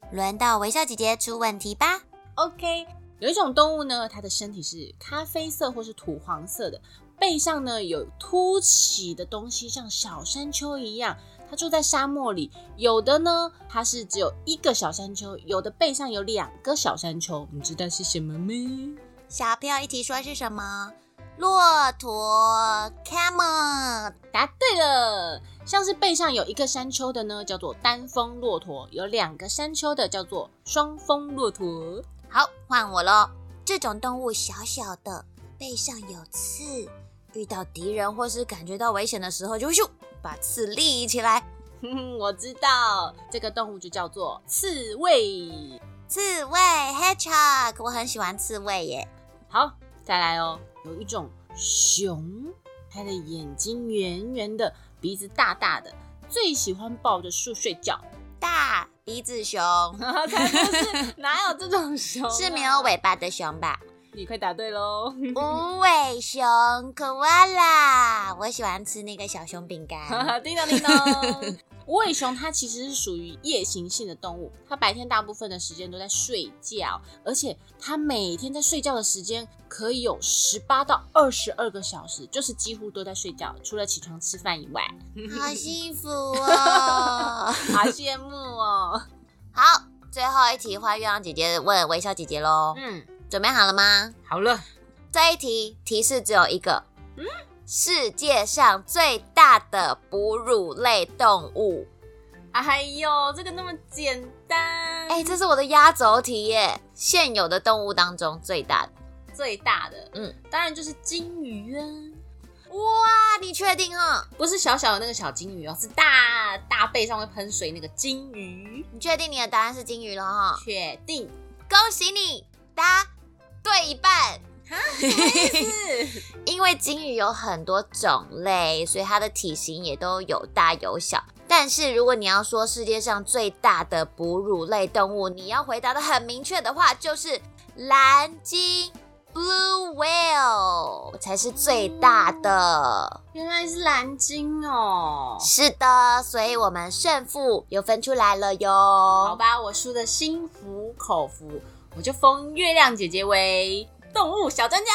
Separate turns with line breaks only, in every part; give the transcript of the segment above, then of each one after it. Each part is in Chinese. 轮到微笑姐姐出问题吧。
OK，有一种动物呢，它的身体是咖啡色或是土黄色的，背上呢有凸起的东西，像小山丘一样。它住在沙漠里，有的呢它是只有一个小山丘，有的背上有两个小山丘。你知道是什么吗？
小朋友一起说是什么？骆驼 camel。
答对了。像是背上有一个山丘的呢，叫做单峰骆驼；有两个山丘的叫做双峰骆驼。
好，换我喽。这种动物小小的，背上有刺，遇到敌人或是感觉到危险的时候，就咻把刺立起来。
哼哼，我知道这个动物就叫做刺猬。
刺猬 hedgehog，我很喜欢刺猬耶。
好，再来哦。有一种熊，它的眼睛圆圆的，鼻子大大的，最喜欢抱着树睡觉。
大鼻子 熊
才不是，哪有这种熊、啊
是没有。尾巴的熊吧？
你快答对喽！
无尾熊 koala，我喜欢吃那个小熊饼干。
叮咚叮咚。无 尾熊它其实是属于夜行性的动物，它白天大部分的时间都在睡觉，而且它每天在睡觉的时间可以有十八到二十二个小时，就是几乎都在睡觉，除了起床吃饭以外。
好幸福哦！
好羡慕哦。
好，最后一题换月亮姐姐问微笑姐姐喽，
嗯，
准备好了吗？
好了，
这一题提示只有一个，世界上最大的哺乳类动物。
哎呦，这个那么简单。
哎、这是我的压轴题耶，现有的动物当中最大的。
最大的，
嗯
嗯，当然就是金鱼啊，
哇，你确定哦？
不是小小的那个小金鱼哦，是大大背上会喷水那个金鱼。
你确定你的答案是金鱼了哈、
确定
恭喜你答对一半，
啊是
因为金鱼有很多种类，所以它的体型也都有大有小。但是如果你要说世界上最大的哺乳类动物，你要回答的很明确的话，就是蓝鲸 （blue whale） 才是最大的。
原来是蓝鲸哦。
是的，所以我们胜负有分出来了
好
哟。
吧，我输的心服口服，我就封月亮姐姐为动物小专家。！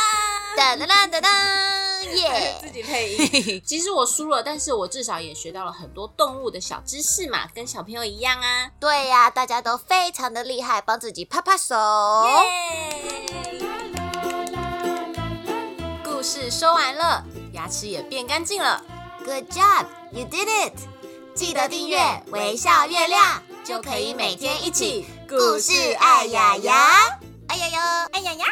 噔噔噔噔噔，耶
自己配音。其实我输了，但是我至少也学到了很多动物的小知识嘛，跟小朋友一样啊。
对呀、大家都非常的厉害，帮自己拍拍手。哦
耶！故事说完了，牙齿也变干净了，
Good job, you did it！记得订阅《微笑月亮》，就可以每天一起故事爱呀呀。，哎呀呀，
哎呀呀。